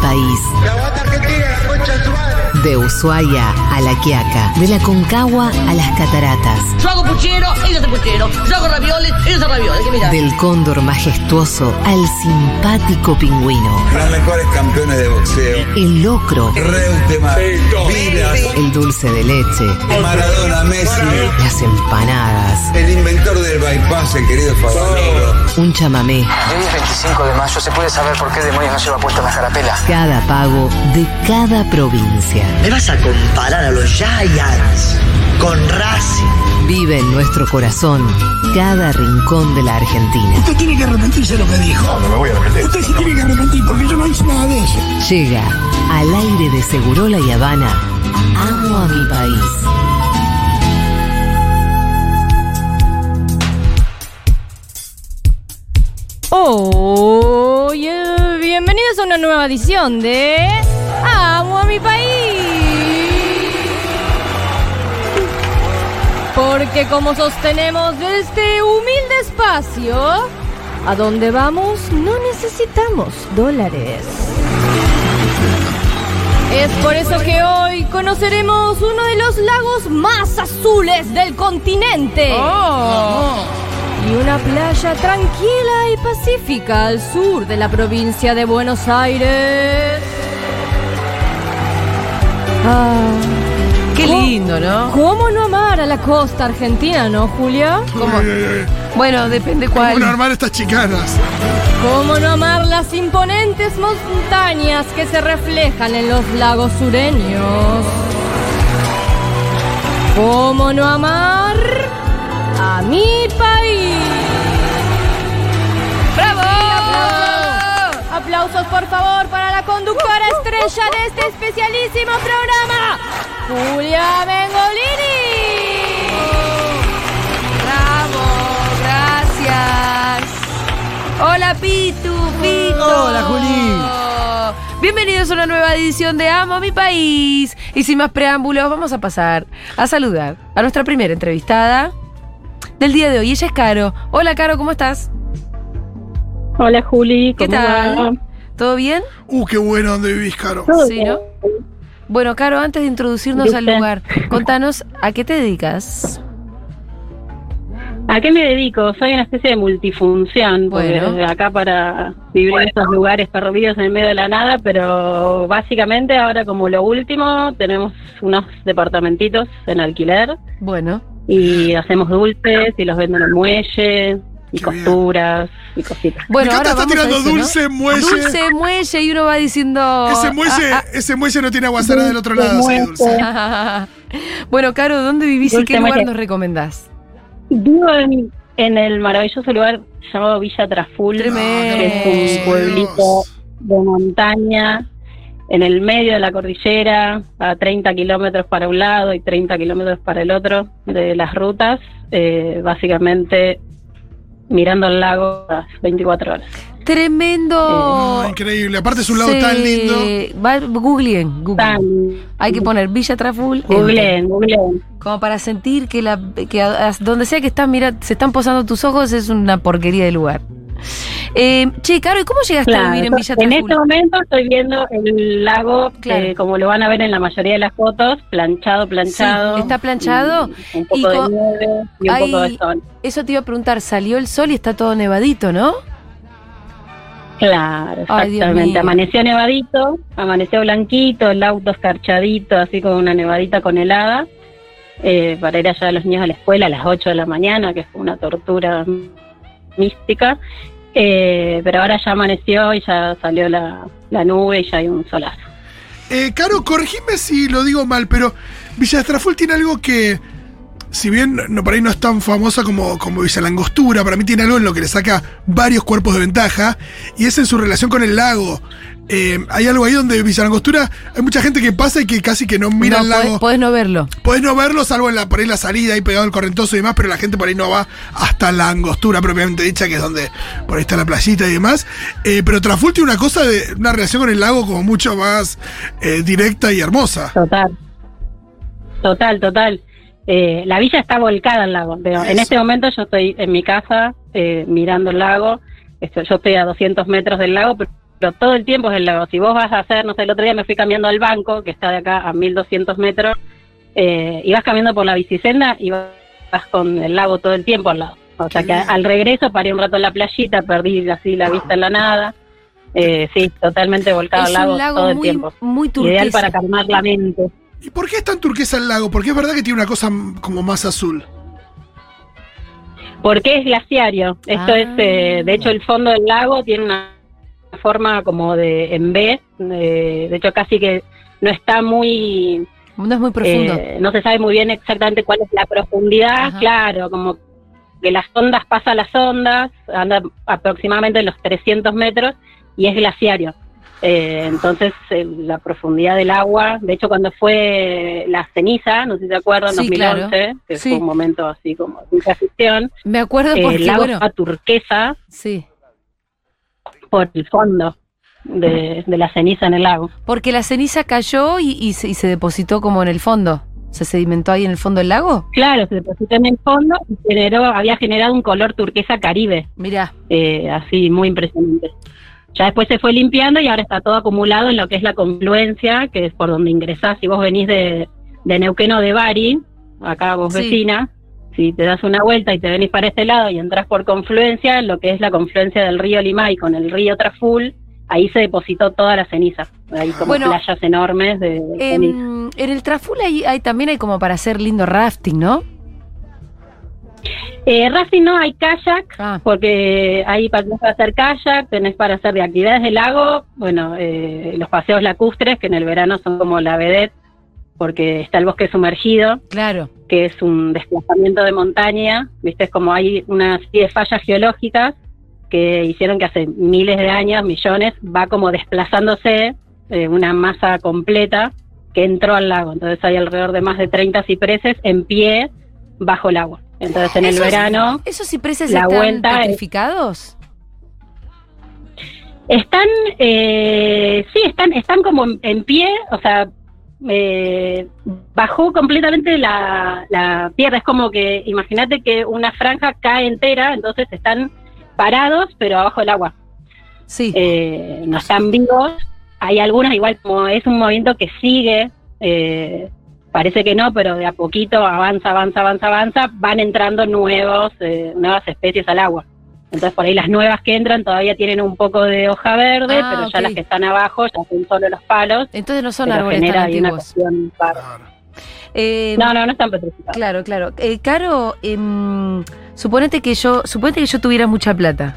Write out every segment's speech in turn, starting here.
país. De Ushuaia a La Quiaca, de la Concagua a las Cataratas, Yo hago puchero, ellos hacen puchero. Yo hago ravioles, ellos hacen ravioles. Que mira. del cóndor majestuoso al simpático pingüino, Los mejores campeones de boxeo. el locro, Reutemann, Vilas, el dulce de leche, Maradona, Messi, las empanadas, el inventor del bypass, el querido Fabanero. un chamamé, Hoy es 25 de mayo, ¿se puede saber por qué demonios no lleva puesta la carapela? cada pago de cada provincia. ¿Me vas a comparar a los Giants con Racing? Vive en nuestro corazón cada rincón de la Argentina. Usted tiene que arrepentirse de lo que dijo. No, no me voy a arrepentir. Usted se tiene que arrepentir porque yo no hice nada de eso. Llega al aire de Segurola y Habana. Amo a mi país. Oye, bienvenidos a una nueva edición de Amo a mi país. Porque como sostenemos de este humilde espacio, a donde vamos no necesitamos dólares. Es por eso que hoy conoceremos uno de los lagos más azules del continente Oh. y una playa tranquila y pacífica al sur de la provincia de Buenos Aires. Ah, Qué lindo, ¿no? ¿Cómo no amar a la costa argentina, no, Julia? Bueno, depende cuál. Bueno, armar estas chicanas. ¿Cómo no amar las imponentes montañas que se reflejan en los lagos sureños? ¿Cómo no amar a mi país? ¡Bravo! Aplausos, por favor, para la conductora Uh, estrella de este especialísimo programa, Julia Bengolini. Bravo, gracias. Hola, Pitu, Pitu. Hola, Juli. Bienvenidos a una nueva edición de Amo a mi país. Y sin más preámbulos, vamos a pasar a saludar a nuestra primera entrevistada del día de hoy. Ella es Caro. Hola, Caro, ¿cómo estás? Hola Juli, ¿Qué ¿cómo tal? va? ¿Todo bien? Uh, qué bueno donde vivís, Caro. Todo Sí, bien. ¿no? Bueno, Caro, antes de introducirnos al Lupe. lugar, contanos a qué te dedicas. ¿A qué me dedico? Soy una especie de multifunción, porque Bueno. desde acá para vivir en esos lugares perdidos en el medio de la nada, pero básicamente ahora como lo último tenemos unos departamentitos en alquiler Bueno, y hacemos dulces y los vendo en el muelle y Qué bien. costuras y cositas. bueno, Me encanta, está ahora vamos tirando a eso, ¿no? dulce, muelle. Dulce muelle y uno va diciendo. Ese muelle, Ah, ese muelle no tiene aguacera del otro lado, así de dulce. ah, ah. bueno, Caro, ¿dónde vivís y Dulce qué lugar muelle. nos recomendás? Vivo en, en el maravilloso lugar llamado Villa Traful, que es un Tremendo. pueblito de montaña en el medio de la cordillera, a 30 kilómetros para un lado y 30 kilómetros para el otro de las rutas, eh, básicamente mirando el lago las 24 horas. Tremendo. No, increíble. Aparte es un Eh, lado Sí. tan lindo. Va, googleen, googleen. Tan, Hay que poner Villa Traful. googleen, googleen. Como para sentir que, la, que a- a- donde sea que estás, mira, se están posando tus ojos, es una porquería de lugar. Eh, che, Caro, ¿y cómo llegaste a Claro, vivir en Villa en Traful? este momento estoy viendo el lago, Claro. eh, como lo van a ver en la mayoría de las fotos, planchado, planchado. Sí, está planchado Y Un y poco co- de nieve y un poco hay- de sol. Eso te iba a preguntar, salió el sol y está todo nevadito, ¿no? Claro, Ay, Dios exactamente. mío. amaneció nevadito, amaneció blanquito, el auto escarchadito, así como una nevadita con helada, eh, para ir allá a los niños a la escuela a las 8 de la mañana, que fue una tortura mística. Eh, pero ahora ya amaneció y ya salió la, la nube y ya hay un solazo. Eh, Caro, corregime si lo digo mal, pero Villa Estrafol tiene algo que, si bien no, por ahí no es tan famosa como, como Villa Langostura, para mí tiene algo en lo que le saca varios cuerpos de ventaja, y es en su relación con el lago. Eh, hay algo ahí donde Villa Langostura, hay mucha gente que pasa y que casi que no mira no, el podés- lago. podés no verlo. Podés no verlo, salvo en la, por ahí la salida, ahí pegado el correntoso y demás, pero la gente por ahí no va hasta la angostura propiamente dicha, que es donde por ahí está la playita y demás. Eh, pero Traful tiene una cosa de una relación con el lago como mucho más eh, directa y hermosa. Total, total, total. Eh, la villa está volcada al lago. pero en Eso. este momento yo estoy en mi casa eh, mirando el lago. Esto- yo estoy a 200 metros del lago, pero pero todo el tiempo es el lago. Si vos vas a hacer, no sé, el otro día me fui cambiando al banco, que está de acá a 1200 metros, eh, y vas caminando por la bicicenda y vas con el lago todo el tiempo al lado. O sea que al regreso paré un rato en la playita, perdí así la vista en la nada. Eh, sí, totalmente volcado Es al lago, un lago todo el muy- tiempo. muy Ideal turquesa. para calmar la mente. ¿Y por qué es tan turquesa el lago? Porque es verdad que tiene una cosa m- como más azul. Porque es glaciario. Esto Ah. es, eh, de hecho, el fondo del lago tiene una forma como de en B. eh, de hecho, casi que no está muy. No es muy profundo. eh, no se sabe muy bien exactamente cuál es la profundidad. Ajá. Claro, como que las ondas pasa las ondas, anda aproximadamente los 300 metros y es glaciario. Eh, entonces, eh, la profundidad del agua, de hecho, cuando fue la ceniza, no sé si se acuerdan, Sí, 2011, claro. que Sí. Ah, fue un momento así como de ciencia ficción Me acuerdo eh, porque, el lago bueno, está turquesa sí. por el fondo de, de la ceniza en el lago. Porque la ceniza cayó y, y se, y se depositó como en el fondo. ¿Se sedimentó ahí en el fondo del lago? Claro, se depositó en el fondo y generó, había generado un color turquesa caribe, Mirá. eh, así muy impresionante. Ya después se fue limpiando y ahora está todo acumulado en lo que es la confluencia, que es por donde ingresás. Si vos venís de, de Neuquén o de Bari, acá vos Sí. vecina, si te das una vuelta y te venís para este lado y entras por confluencia, en lo que es la confluencia del río Limay con el río Traful, ahí se depositó toda la ceniza. Hay como Bueno, playas enormes de Em, ceniza. en el Traful hay, hay- también hay como para hacer lindo rafting, ¿no? Eh, rafting no, hay kayak, Ah. porque hay pa- tenés para hacer kayak, tenés para hacer de actividades de lago, bueno, eh, los paseos lacustres, que en el verano son como la vedette, porque está el bosque sumergido, Claro. que es un desplazamiento de montaña, viste, es como hay una serie de fallas geológicas que hicieron que hace miles de años, millones, va como desplazándose eh, una masa completa que entró al lago. Entonces hay alrededor de más de 30 cipreses en pie bajo el agua. Entonces en el Esos- verano... ¿Esos cipreses la están vuelta es- petrificados? Están, eh, sí, están, están como en, en pie, o sea, eh, bajó completamente la, la tierra. Es como que, imagínate que una franja cae entera, entonces están parados, pero abajo del agua. Sí. Eh, no están vivos. Hay algunas, igual como es un movimiento que sigue, eh, parece que no, pero de a poquito avanza, avanza, avanza, avanza, van entrando nuevos, eh, nuevas especies al agua. Entonces por ahí las nuevas que entran todavía tienen un poco de hoja verde, Ah, pero ok. ya las que están abajo ya son solo los palos. Entonces no son pero árboles genera tan ahí una antiguos. cuestión rara. Eh, No, no, no están petrificados. Claro, claro. Eh, Caro, em, suponete que yo, suponete que yo tuviera mucha plata.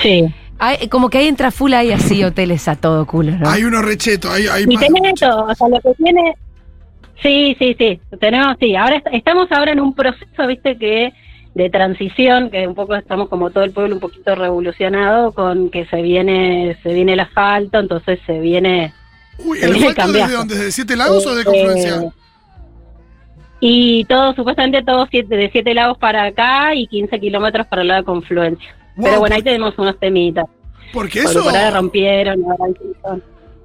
Sí. Hay- eh, como que hay en Traful hay así hoteles a todo culo, ¿no? Hay uno recheto, hay, hay Y más de tenés uno de todo, o sea, lo que tiene... Sí, sí, sí, tenemos, sí, ahora est- estamos ahora en un proceso, viste, que de transición, que un poco estamos como todo el pueblo un poquito revolucionado con que se viene, se viene el asfalto, entonces se viene... Uy, Tenés ¿el que asfalto cambiar. desde dónde? ¿Desde Siete Lagos o de eh, Confluencia? Y todo, supuestamente todos siete, de siete lagos para acá y 15 kilómetros para el lado de confluencia. Wow, Pero bueno, ahí por- tenemos unos temitas. Porque Porque eso. por ahora rompieron, ahora hay-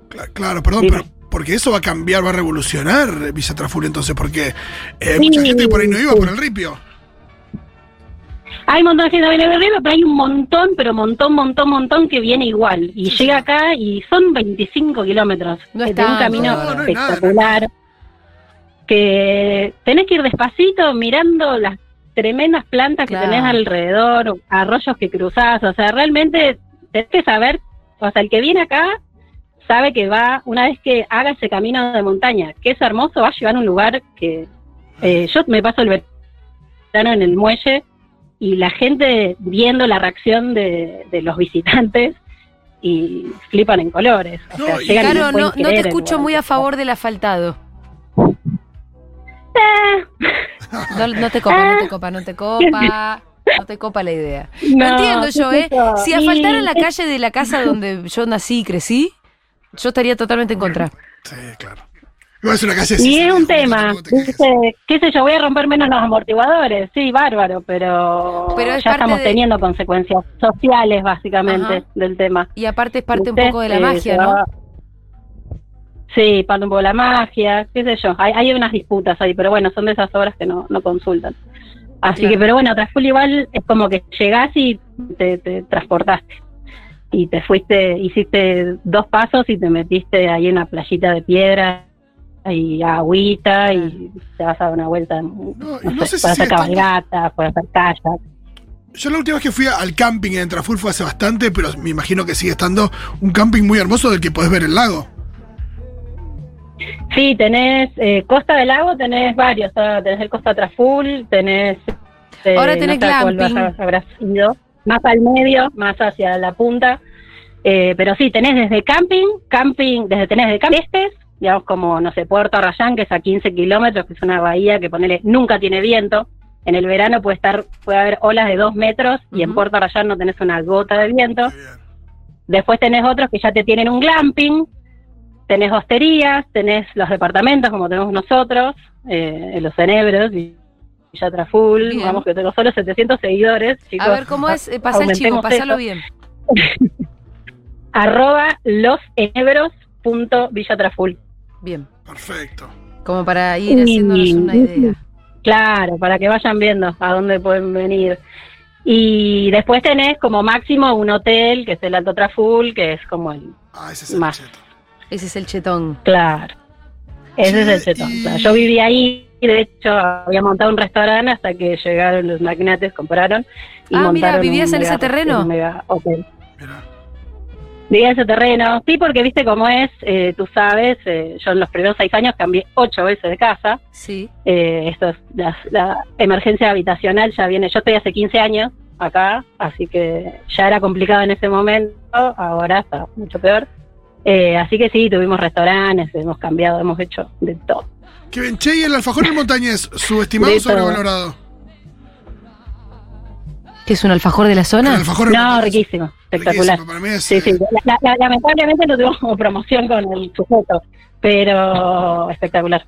Cla- Claro, perdón, Dime. pero porque eso va a cambiar, va a revolucionar eh, Villa Traful entonces, porque eh, Sí, mucha gente que por ahí no iba sí. por el ripio. Hay un montón de gente que viene de Berlín, pero hay un montón, pero montón, montón, montón que viene igual. Y llega acá y son 25 kilómetros. No es de un tanto. camino No, no es nada, espectacular. Que tenés que ir despacito mirando las tremendas plantas Claro. que tenés alrededor, arroyos que cruzás. O sea, realmente tenés que saber, o sea, el que viene acá sabe que va, una vez que haga ese camino de montaña, que es hermoso, va a llegar a un lugar que eh, yo me paso el verano en el muelle y la gente viendo la reacción de, de los visitantes y flipan en colores. O No, sea, y llegan y Caro, pueden no, no creer te el escucho lugar. muy a favor del asfaltado. Ah, No, no te copa, no te copa, no te copa. No te copa la idea. No, entiendo yo, ¿eh? chiquito, Si y- asfaltaran la calle de la casa donde yo nací y crecí, yo estaría totalmente en contra. Sí, claro. Igual es una calle Y sí, es sí, tampoco un tema, te quejes. viste, qué sé yo, voy a romper menos los amortiguadores, sí, bárbaro, pero, Pero es ya parte estamos de- teniendo consecuencias sociales básicamente Ajá. del tema. Y aparte es parte un Usted, poco de la eh, magia, se ¿no? va- Sí, parte un poco de la magia, qué sé yo. Hay, hay unas disputas ahí, pero bueno, son de esas obras que no, no consultan. Así Claro. que, pero bueno, Traful igual es como que llegás y te, te transportaste. y te fuiste, hiciste dos pasos y te metiste ahí en una playita de piedra y agüita y te vas a dar una vuelta. No, No, y sé, no sé si puedes hacer sigue estando. cabalgata, puedes hacer kayak. Yo la última vez que fui a- al camping en Traful fue hace bastante, pero me imagino que sigue estando un camping muy hermoso del que podés ver el lago. Sí, tenés eh, Costa del Lago, tenés varios. o sea, tenés el Costa Traful, tenés. eh, Ahora tenés no sé a cuál glamping. vas a- habrás ido. Más al medio, más hacia la punta. Eh, pero sí, tenés desde camping, camping, desde tenés desde camping estes, digamos como, no sé, Puerto Arrayán, que es a 15 kilómetros, que es una bahía que ponele, nunca tiene viento. En el verano puede estar, puede haber olas de dos metros y en Ujú. Puerto Arrayán no tenés una gota de viento. Después tenés otros que ya te tienen un glamping, tenés hosterías, tenés los departamentos como tenemos nosotros, eh, en los Cenebros, y Villa Traful, Bien. vamos que tengo solo 700 seguidores, chicos. A ver, ¿cómo es? Eh, Pasa el chivo, Aumentemos pasalo eso. bien. Arroba losenebros.villatraful. Bien. Perfecto. Como para Mm. ir haciéndonos una idea. Claro, para que vayan viendo a dónde pueden venir. Y después tenés como máximo un hotel, que es el Alto Traful, que es como el... Ah, ese es el Más. cheto. Ese es el chetón. Claro. Ese es el chetón. y- claro. Yo viví ahí, y de hecho había montado un restaurante hasta que llegaron los magnates, compraron y Ah, mira, montaron ¿vivías un en ese mega- terreno? un mega hotel. Mirá. Vivía en ese terreno, sí, porque viste cómo es, eh, tú sabes, eh, yo en los primeros seis años cambié ocho veces de casa, Sí. eh, esto es la, la emergencia habitacional ya viene, yo estoy hace 15 años acá, así que ya era complicado en ese momento, ahora está mucho peor. Eh, así que sí, tuvimos restaurantes, hemos cambiado, hemos hecho de todo. Qué bien. Che, ¿y el alfajor en montañés? ¿Subestimado o Listo. sobrevalorado? ¿Qué es un alfajor de la El zona? alfajor en No, Montañés. riquísimo, espectacular. Riquísimo, Para mí es, Sí, sí, eh, la- la- lamentablemente no tuvimos como promoción con el sujeto, pero espectacular.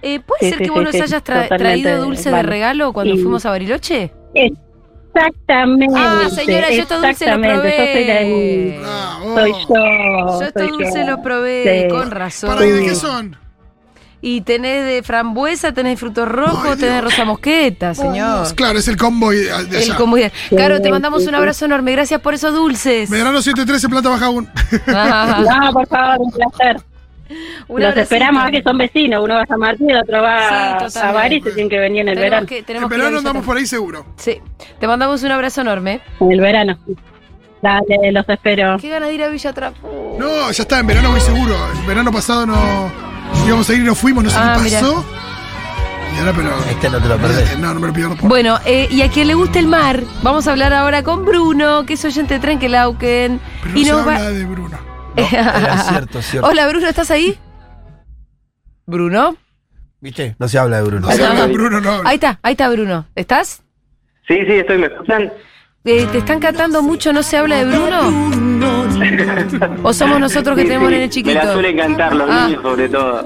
Eh, ¿Puede Sí, ser sí, que vos sí, nos sí, hayas tra- totalmente traído dulce de válido. regalo cuando Y- fuimos a Bariloche? Exactamente. Ah, señora, yo estos dulces los exactamente, yo soy probé. de ahí. bravo. Soy yo. Yo estos soy dulces yo. los probé, Sí. con razón. Para, ¿y de qué son? Y tenés de frambuesa, tenés de frutos rojos, Ay, tenés de rosa mosqueta, señor. Claro, es el combo de de El allá. comodidad. Caro, te mandamos sí, un sí. abrazo enorme. Gracias por esos dulces. Verano 713, plata baja un. Ajá. No, por favor, un placer. Un los abracito. esperamos, a que son vecinos. Uno va a San Martín, el otro va Sí, a Bari y totalmente. se tienen que venir en el Tenemos verano. que, tenemos En que ir a verano andamos visitar. por ahí seguro. Sí, te mandamos un abrazo enorme. En el verano. Dale, los espero. Qué ganas de ir a Villa Trapú. No, ya está, en verano voy seguro. El verano pasado no íbamos a ir y no fuimos, no sé Ah, qué mirá. pasó. Y ahora, pero. eh, Este no te lo perdés. No, no me lo pierdo. por- Bueno, eh, y a quien le gusta el mar, vamos a hablar ahora con Bruno, que es oyente de Trenquelauquen. Pero no Y se nos va... habla de Bruno. No, era cierto, cierto. Hola, Bruno, ¿estás ahí? Bruno. ¿Viste? No se habla de Bruno. No se habla de Bruno, no habla. Ahí está, ahí está Bruno. ¿Estás? Sí, sí, estoy, ¿me escuchan? Eh, ¿Te están cantando mucho No se habla de Bruno? ¿O somos nosotros que Sí, tenemos sí, en el Me la chiquito? suelen cantar los Ah. niños sobre todo.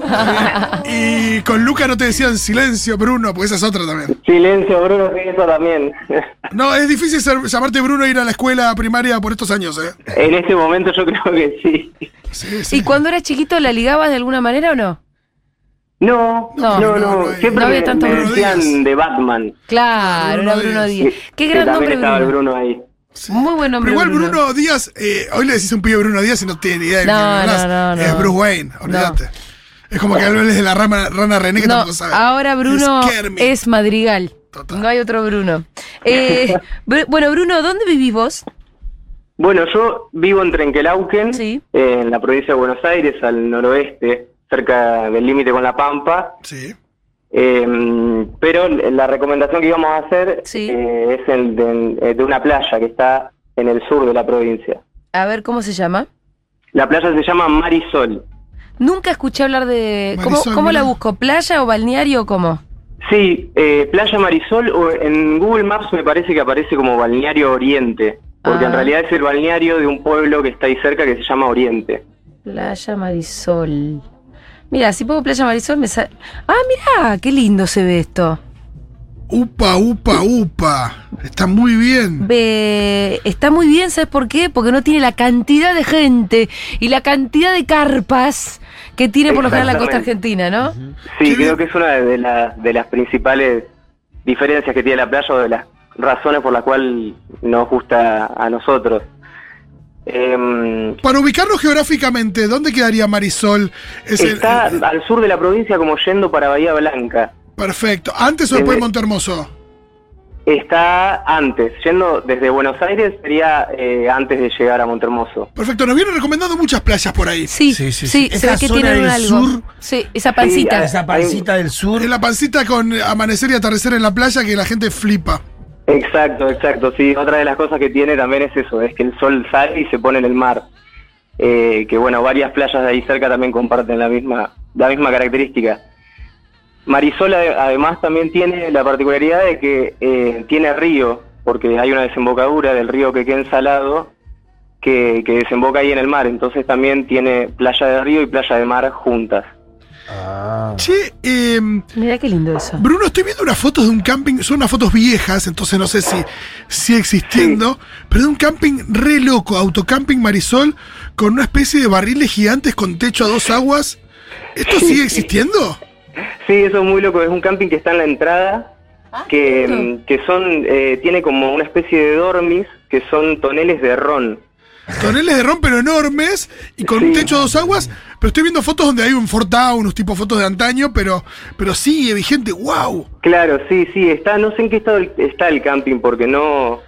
Y con Luca no te decían silencio, Bruno, porque esa es otra también. Silencio, Bruno, sí, eso también. No, es difícil ser- llamarte Bruno e ir a la escuela primaria por estos años, ¿eh? en este momento yo creo que sí. Sí, sí. ¿Y cuando eras chiquito la ligabas de alguna manera o no? No, No, no, no. no, no, Siempre no había me- tanto me Bruno Díaz. decían de Batman. Claro, Bruno era Bruno Díaz. Díaz. Qué que gran también nombre, estaba el Bruno. Bruno ahí. Muy buen Pero nombre. igual Bruno Díaz, eh, hoy le decís a un pibe Bruno Díaz y no tiene ni idea de No, quién hablas. no, no, Es no. Bruce Wayne, olvídate. Es como que hables de la rama, rana René que No, tampoco sabe. ahora Bruno Es Kermit. es Madrigal. Total. No hay otro Bruno. Eh, Bru- bueno, Bruno, ¿dónde vivís vos? Bueno, yo vivo en Trenquelauquen, Sí. eh, en la provincia de Buenos Aires, al noroeste, cerca del límite con La Pampa. Sí. Eh, pero la recomendación que íbamos a hacer Sí. eh, es el de, de una playa que está en el sur de la provincia. A ver, ¿cómo se llama? La playa se llama Marisol. Nunca escuché hablar de... ¿Cómo, Marisol, cómo la mirá. busco? ¿Playa o balneario o cómo? Sí, eh, Playa Marisol o en Google Maps me parece que aparece como Balneario Oriente, porque Ah. en realidad es el balneario de un pueblo que está ahí cerca que se llama Oriente. Playa Marisol. Mira, si pongo Playa Marisol me sale... Ah, mira, qué lindo se ve esto. Upa, upa, upa. Está muy bien. Ve- Está muy bien, ¿sabes por qué? Porque no tiene la cantidad de gente y la cantidad de carpas que tiene por lo general la costa argentina, ¿no? Sí, Qué creo bien. que es una de, de la- de las principales diferencias que tiene la playa o de las razones por las cuales nos gusta a nosotros. Em, Para ubicarnos geográficamente, ¿dónde quedaría Marisol? Es el- está el- al sur de la provincia como yendo para Bahía Blanca. perfecto. ¿Antes o después de Montehermoso? Está antes, yendo desde Buenos Aires sería eh, antes de llegar a Montermoso. Perfecto, nos vienen recomendando muchas playas por ahí. Sí, sí, se ve que tienen algo. sí, esa pancita. Sí, Esa pancita del sur. En la pancita con amanecer y atardecer en la playa que la gente flipa. Exacto, exacto, sí. Otra de las cosas que tiene también es eso, es que el sol sale y se pone en el mar. Eh, que bueno, varias playas de ahí cerca también comparten la misma, la misma característica. Marisol ade- además también tiene la particularidad de que eh, tiene río, porque hay una desembocadura del río que queda ensalado que, que desemboca ahí en el mar, entonces también tiene playa de río y playa de mar juntas. Ah, Che, eh, Mirá qué lindo eso. Bruno, estoy viendo unas fotos de un camping, son unas fotos viejas, entonces no sé si sigue existiendo, pero de un camping re loco, autocamping Marisol, con una especie de barriles gigantes con techo a dos aguas. ¿Esto sigue existiendo? Sí, eso es muy loco. Es un camping que está en la entrada, Ah, que, mm, que son, eh, tiene como una especie de dormis, que son toneles de ron. Toneles de ron pero enormes y con un Sí. techo a dos aguas, pero estoy viendo fotos donde hay un Fort Town, unos tipo fotos de antaño, pero, pero sigue vigente, wow. Claro, sí, sí, está, no sé en qué estado el- está el camping, porque no,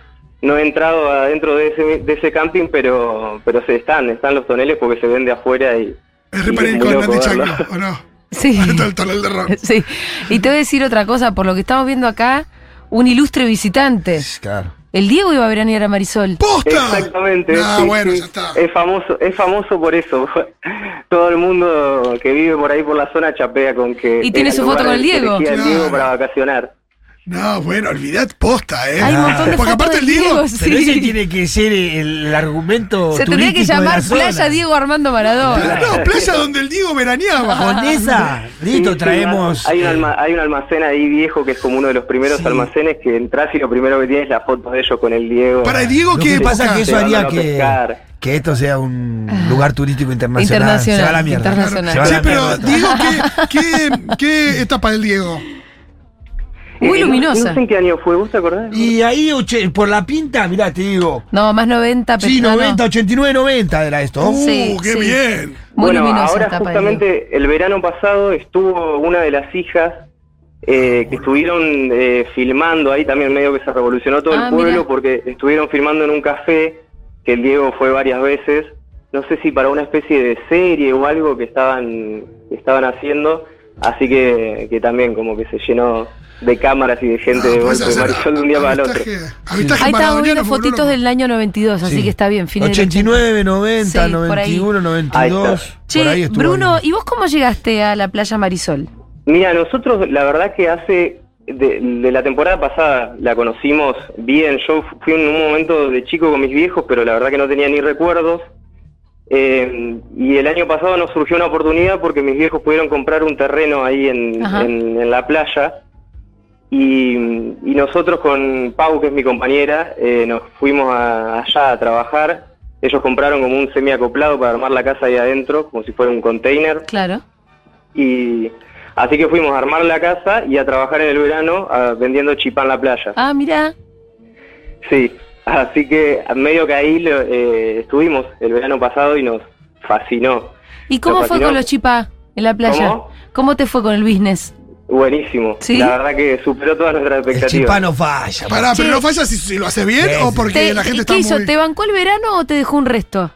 no he entrado adentro de ese, de ese camping, pero, pero se están, están los toneles porque se ven de afuera y... Es y re es parecido muy con loco Nati verlo. Chango, ¿o no? Sí. Ahí está el tonel de ron. Sí. Y te voy a decir otra cosa, por lo que estamos viendo acá, un ilustre visitante. Claro. El Diego iba a veranear a Marisol. ¡Posta! Exactamente. Ah, sí, bueno, sí. ya está. Es famoso, es famoso por eso. Todo el mundo que vive por ahí por la zona chapea con que. Y tiene era su lugar foto con el que Diego. elegía el Claro. Diego para vacacionar. No, bueno, olvidad posta, ¿eh? Hay un montón de Porque fotos aparte del el Diego, Diego, Pero sí. ese tiene que ser el, el argumento. Se tendría que turístico de la llamar zona. Playa Diego Armando Maradona. No, playa donde el Diego Ah, veraneaba. Con esa, listo, Sí, sí, traemos. Hay un, eh, alma- hay un almacén ahí viejo que es como uno de los primeros Sí. almacenes que entras y lo primero que tienes es la foto de ellos con el Diego. Para el Diego Lo que que eh, pasa es que eso haría Llevándolo a que, pescar. que esto sea un lugar turístico internacional. Internacional, Se va a la mierda. internacional. Se va a Sí, la pero mierda. Diego, ¿qué, qué, qué etapa del Diego? Muy Eh, no- luminosa. No, sé en qué año fue, ¿vos te acordás? Y ahí, oche- por la pinta, mirá, te digo. No, más 90, Ah, pero Sí, no, no. 90, 89, 90 era esto. Uh, Sí, qué sí. bien. Muy bueno, luminosa ahora etapa de justamente el verano pasado estuvo una de las hijas Ah, eh, que estuvieron eh, filmando ahí también medio que se revolucionó todo Ah, el pueblo mirá. porque estuvieron filmando en un café que el Diego fue varias veces no sé si para una especie de serie o algo que estaban que estaban haciendo así que, que también como que se llenó de cámaras y de gente de No, pues, golpe hacer Marisol de un día para el otro habitaje- Habitaje Ahí está, maradoniano, viendo porque no fotitos lo- del año 92, así Sí. que está bien. Fines del 89, 90, Sí, por ahí. 91, Ahí 92. está. por ahí Che, estuvo Bruno, el- ¿y vos cómo llegaste a la playa Marisol? Mira, nosotros la verdad que hace de, de la temporada pasada la conocimos bien. Yo fu- fui en un momento de chico con mis viejos, pero la verdad que no tenía ni recuerdos. Eh, y el año pasado nos surgió una oportunidad porque mis viejos pudieron comprar un terreno ahí en, Ajá. en- en la playa. Y, y nosotros con Pau, que es mi compañera, eh, nos fuimos a- allá a trabajar. Ellos compraron como un semiacoplado para armar la casa ahí adentro, como si fuera un container. Claro. Y así que fuimos a armar la casa y a trabajar en el verano ah, vendiendo chipá en la playa. Ah, mirá. Sí, así que medio que ahí lo, eh, estuvimos el verano pasado y nos fascinó. ¿Y cómo Nos fue fascinó. con los chipá en la playa? ¿Cómo? ¿Cómo te fue con el business? Buenísimo. ¿Sí? La verdad que superó todas nuestras El expectativas. chipano falla. Pará, Che. pero no falla si, si lo haces bien Sí, o sí. porque Te- la gente está ¿Qué hizo? muy... ¿Te bancó el verano o te dejó un resto?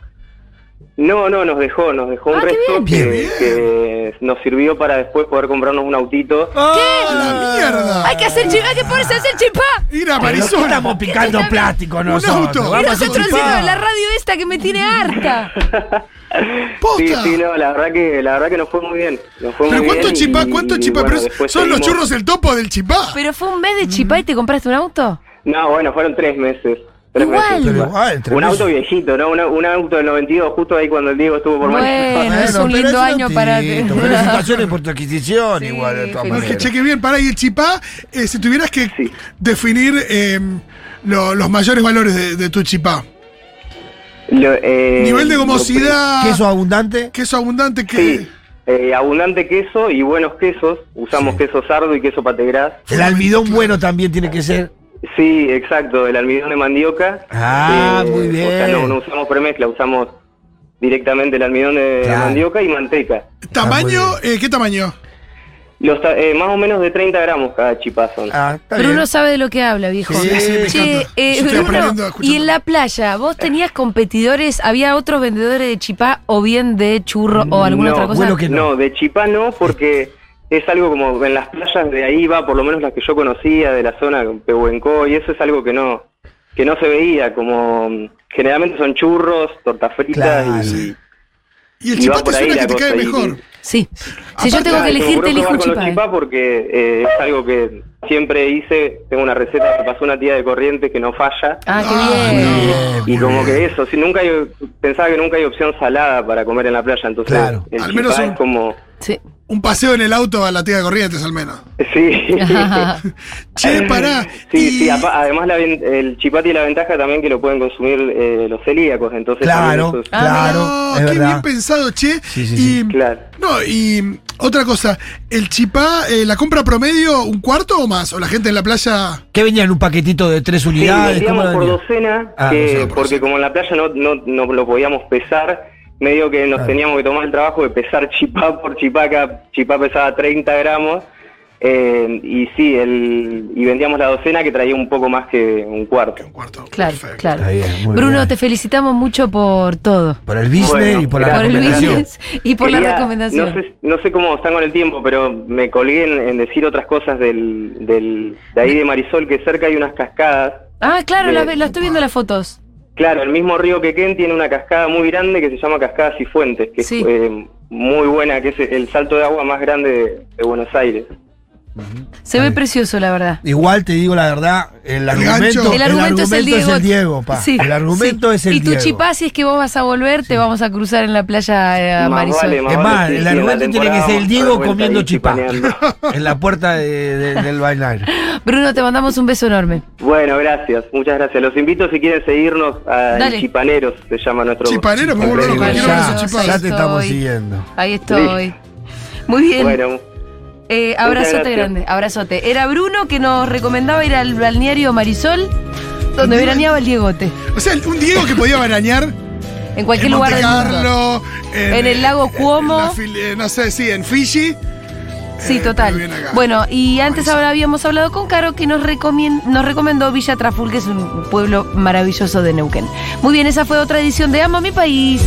No, no, nos dejó, nos dejó un Ah, qué resto bien. que, Bien, que nos sirvió para después poder comprarnos un autito. Ah. ¡Ah, ¡A la mierda! Hay que hacer chipá, hay que ponerse a hacer chipá. Ir a Pero ¿qué Marisol. estamos picando plástico nosotros. auto. Y Vamos a hacer nosotros chipá. haciendo la radio esta que me tiene harta. ¡Posta! Sí, sí, no, la verdad que la verdad que nos fue muy bien. Nos fue Pero muy ¿cuánto bien chipá? y- ¿Cuánto y chipá? bueno, Pero después ¿Son los seguimos- churros el topo del chipá? Pero fue un mes de chipá y te compraste un auto. No, bueno, fueron tres meses. Tres Igual. meses. Pero igual, tres un meses. auto viejito, ¿no? Una- un auto del 92, justo ahí cuando el Diego estuvo por Marisol. Bueno, es un pero lindo es un año para. autito. Felicitaciones por tu adquisición, Sí, igual, de todas felicitaciones. No, es que maneras. cheque bien, para y el chipá, eh, si tuvieras que Sí. definir eh, lo- los mayores valores de, de tu chipá. Lo- eh, Nivel de lo- gomosidad, Queso abundante. queso abundante, que Sí. eh, abundante queso y buenos quesos. Usamos queso sardo y queso pategras. El almidón bueno también tiene que ser. Sí, exacto, el almidón de mandioca. Eh, Ah, muy bien. O sea, no, no usamos premezcla, usamos directamente el almidón de Claro. mandioca y manteca. Ah, ¿Tamaño? eh, ¿Qué tamaño? Los ta- eh, más o menos de 30 gramos cada chipazón. ah, Bruno sabe de lo que habla, viejo. Sí, sí, me Che, encanta. eh, Yo estoy aprendiendo Bruno, a y en la playa, ¿vos tenías competidores? ¿Había otros vendedores de chipá o bien de churro o alguna no, otra cosa? no. de chipá no, porque es algo como en las playas de ahí va, por lo menos las que yo conocía, de la zona de Pehuenco, y eso es algo que no que no se veía, como mm, generalmente son churros, tortas fritas Claro, y, sí. Y va por ahí la cosa, y- Sí. Si yo tengo que elegir, te Seguro elijo probar con los chipá. eh. chipá porque eh, es algo que siempre hice. Tengo una receta que pasó una tía de corriente que no falla. Ah, qué bien. Eh, y como que eso, si nunca hay, pensaba que nunca hay opción salada para comer en la playa, entonces Claro. el Al menos chipá un- es como Un paseo en el auto a la tía de corrientes, al menos. sí. Che, pará. Eh, Sí, sí, apa- además la ven- el chipá tiene la ventaja también que lo pueden consumir eh, los celíacos, entonces Claro, Ah, también eso es- claro. No, es qué verdad. bien pensado, che. Y, Claro. No, y mm, otra cosa. ¿El chipá, eh, la compra promedio, un cuarto o más? ¿O la gente en la playa? ¿Qué venían? ¿Un paquetito de tres Sí, unidades? vendíamos ¿Cómo por venía? docena, Ah, que- docena por porque como en la playa no, no, no lo podíamos pesar, medio que nos teníamos que tomar el trabajo de pesar chipá por chipá, cada chipá pesaba 30 gramos, eh, y sí, el, y vendíamos la docena que traía un poco más que un cuarto. Claro, claro. Está bien, muy Bruno, bien. te felicitamos mucho por todo. Por el business Bueno, y por la gracias. Por el recomendación. business. Y por la Quería- recomendación. No sé, no sé cómo están con el tiempo, pero me colgué en, en decir otras cosas del, del, de ahí de Marisol, que cerca hay unas cascadas. Ah, claro, Bien. la, ve- la estoy viendo las fotos. Claro, el mismo río Quequén tiene una cascada muy grande que se llama Cascada Cifuentes, que Sí. es eh, muy buena, que es el salto de agua más grande de, de Buenos Aires. Se ve precioso, la verdad. Igual te digo la verdad, el argumento, gancho. El argumento es el Diego. pa. Sí, el argumento sí. es el Y tu Diego. chipá, si es que vos vas a volver, te vamos a cruzar en la playa eh, a Más Marisol. vale, más Es vale, más, sí, el sí, en la argumento tiene que temporada ser el vamos a dar Diego vuelta comiendo ahí, chipá chipaneando. en la puerta de- de- del bailar. Bruno, te mandamos un beso enorme. Bueno, gracias, muchas gracias. Los invito si quieren seguirnos a El Dale. Chipaneros, se llama nuestro... Chipaneros, nuestro por favor, Facebook. quiero ver esos chipás. Ya te estamos Estoy- siguiendo. Ahí estoy. Muy bien. Bueno, Eh, Muchas abrazote gracias. grande, abrazote. Era Bruno que nos recomendaba ir al balneario Marisol, donde veraneaba el Diegote. O sea, un Diego que podía barañar En cualquier en lugar Monte del mundo. Carlo, En el lago Cuomo. en la fil- eh, no sé, sí, en Fiji. Sí, total. Eh, bien acá. Bueno, y antes ahora habíamos hablado con Caro que nos, recomien- nos recomendó Villa Traful, que es un pueblo maravilloso de Neuquén. Muy bien, esa fue otra edición de Amo a mi país.